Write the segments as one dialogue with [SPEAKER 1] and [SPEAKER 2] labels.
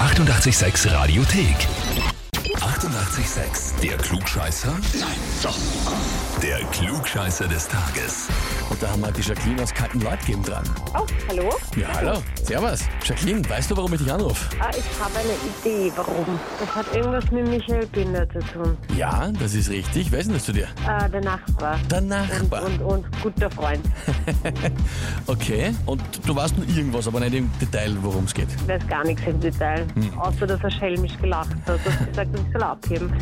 [SPEAKER 1] 886 Radiothek. 88,6. Der Klugscheißer? Nein, doch. Der Klugscheißer des Tages.
[SPEAKER 2] Und da haben wir die Jacqueline aus Kaltenleutgem dran.
[SPEAKER 3] Oh, hallo?
[SPEAKER 2] Ja, hallo. Servus. Jacqueline, weißt du, warum ich dich anrufe?
[SPEAKER 3] Ah, ich habe eine Idee, warum. Das hat irgendwas mit Michael Binder zu tun.
[SPEAKER 2] Ja, das ist richtig. Wer ist denn das zu dir?
[SPEAKER 3] Ah, der Nachbar.
[SPEAKER 2] Der
[SPEAKER 3] Und,
[SPEAKER 2] Nachbar.
[SPEAKER 3] und, und guter Freund.
[SPEAKER 2] Okay. Und du weißt nur irgendwas, aber nicht im Detail, worum es geht.
[SPEAKER 3] Ich weiß gar nichts im Detail. Außer, dass er schelmisch gelacht hat und gesagt, ich soll abheben.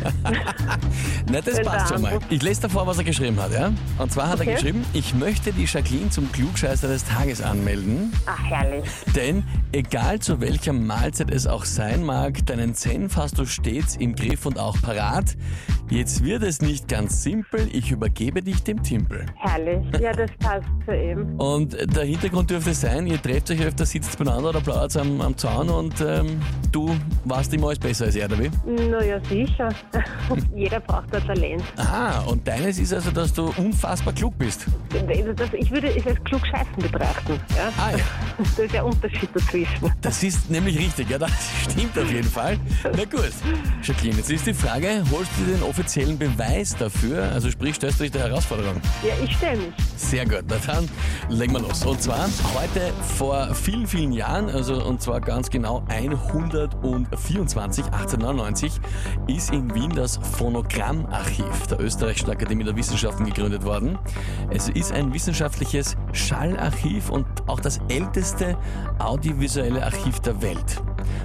[SPEAKER 2] Na, das
[SPEAKER 3] Wenn
[SPEAKER 2] passt
[SPEAKER 3] der
[SPEAKER 2] schon mal.
[SPEAKER 3] Anruf-
[SPEAKER 2] Ich lese davor, was er geschrieben hat, ja? Und zwar hat er
[SPEAKER 3] Okay.
[SPEAKER 2] geschrieben, ich möchte die Jacqueline zum Klugscheißer des Tages anmelden,
[SPEAKER 3] Ach, Ah, herrlich.
[SPEAKER 2] denn egal zu welcher Mahlzeit es auch sein mag, deinen Senf hast du stets im Griff und auch parat. Jetzt wird es nicht ganz simpel, ich übergebe dich dem Timpel.
[SPEAKER 3] Herrlich. Ja, das passt zu ihm.
[SPEAKER 2] Und der Hintergrund dürfte sein, ihr trefft euch öfter, sitzt beieinander oder plaudert am, am Zaun und ähm, du warst immer alles besser als er, oder wie?
[SPEAKER 3] Naja, sicher. Jeder braucht ein Talent.
[SPEAKER 2] Aha, und deines ist also, dass du unfassbar klug bist.
[SPEAKER 3] Also Das, ich würde es als klug Scheißen betrachten. Ja?
[SPEAKER 2] Ah ja.
[SPEAKER 3] Das ist ja ein Unterschied dazwischen.
[SPEAKER 2] Das ist nämlich richtig, ja, das stimmt auf jeden Fall. Na gut, Jacqueline, jetzt ist die Frage, holst du dir den offiziellen Beweis dafür? Also sprich, stellst du dich der Herausforderung?
[SPEAKER 3] Ja, ich stelle mich.
[SPEAKER 2] Sehr gut, na dann legen wir los. Und zwar heute vor vielen, vielen Jahren, also und zwar ganz genau 124, 1899, ist in Wien das Phonogrammarchiv der Österreichischen Akademie der Wissenschaften gegründet worden. Es ist ein wissenschaftliches Schallarchiv und auch das älteste audiovisuelle Archiv der Welt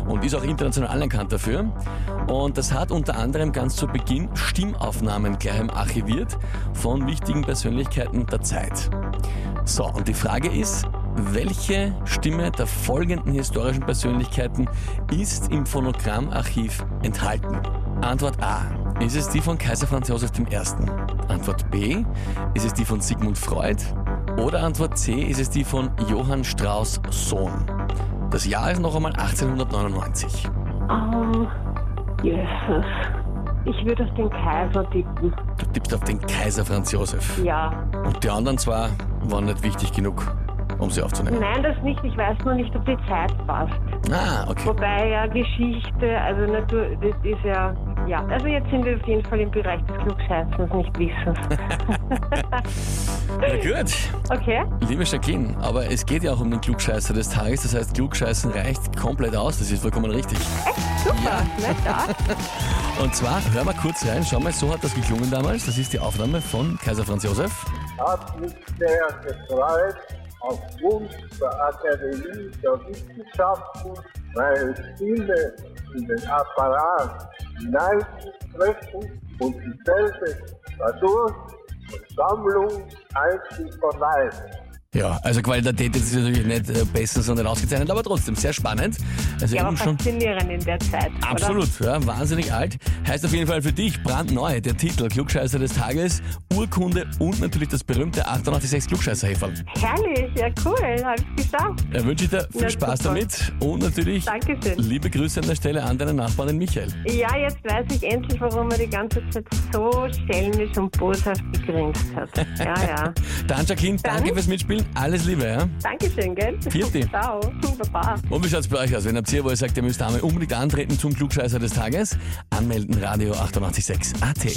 [SPEAKER 2] und ist auch international anerkannt dafür. Und das hat unter anderem ganz zu Beginn Stimmaufnahmen geheim archiviert von wichtigen Persönlichkeiten der Zeit. So, und die Frage ist, welche Stimme der folgenden historischen Persönlichkeiten ist im Phonogrammarchiv enthalten? Antwort A. Ist es die von Kaiser Franz Josef I.? Antwort B. Ist es die von Sigmund Freud? Oder Antwort C. Ist es die von Johann Strauss Sohn? Das Jahr ist noch einmal 1899.
[SPEAKER 3] Um, Jesus. Ich würde auf den Kaiser tippen.
[SPEAKER 2] Du tippst auf den Kaiser Franz Josef.
[SPEAKER 3] Ja.
[SPEAKER 2] Und die anderen zwei waren nicht wichtig genug, um sie aufzunehmen.
[SPEAKER 3] Nein, das nicht. Ich weiß nur nicht, ob die Zeit passt.
[SPEAKER 2] Ah, okay.
[SPEAKER 3] Wobei ja Geschichte, also Natur, das ist ja, ja. Also jetzt sind wir auf jeden Fall im Bereich des Klugscheißens, nicht Wissens.
[SPEAKER 2] Na gut.
[SPEAKER 3] Okay?
[SPEAKER 2] Liebe Jacqueline, aber es geht ja auch um den Klugscheißer des Tages. Das heißt, Klugscheißen reicht komplett aus. Das ist vollkommen richtig.
[SPEAKER 3] Super. Na da.
[SPEAKER 2] Und zwar, hör mal kurz rein. Schau mal, so hat das geklungen damals. Das ist die Aufnahme von Kaiser Franz Josef.
[SPEAKER 4] hat mich sehr gefreut auf Wunsch der Akademie der Wissenschaften, meine Stimme in den Apparat hineinzutreffen und dieselbe dadurch Versammlung einzuverleihen.
[SPEAKER 2] Ja, also Qualität ist natürlich nicht äh, besser, sondern ausgezeichnet, aber trotzdem sehr spannend. Also
[SPEAKER 3] Ja,
[SPEAKER 2] eben
[SPEAKER 3] aber
[SPEAKER 2] schon.
[SPEAKER 3] faszinierend in der Zeit. oder?
[SPEAKER 2] Absolut, ja, wahnsinnig alt. Heißt auf jeden Fall für dich brandneu der Titel Klugscheißer des Tages, Urkunde und natürlich das berühmte 886 Klugscheißer-Häferl.
[SPEAKER 3] Herrlich, ja cool, hab ich geschafft.
[SPEAKER 2] Dann wünsche ich dir viel
[SPEAKER 3] Ja,
[SPEAKER 2] Spaß
[SPEAKER 3] super.
[SPEAKER 2] damit und natürlich
[SPEAKER 3] Dankeschön.
[SPEAKER 2] liebe Grüße an der Stelle an deinen Nachbarn, den Michael.
[SPEAKER 3] Ja, jetzt weiß ich endlich, warum er die ganze Zeit so schelmisch und boshaft gegrinst hat. Ja, ja.
[SPEAKER 2] Dann Jacqueline,
[SPEAKER 3] Dann-
[SPEAKER 2] danke fürs Mitspielen, alles Liebe. Ja?
[SPEAKER 3] Dankeschön, gell?
[SPEAKER 2] Vierte.
[SPEAKER 3] Ciao. Baba.
[SPEAKER 2] Und wie schaut's bei euch aus? Wenn habt ihr, wo ihr sagt, ihr müsst einmal unbedingt antreten zum Klugscheißer des Tages, anmelden Radio 886 AT.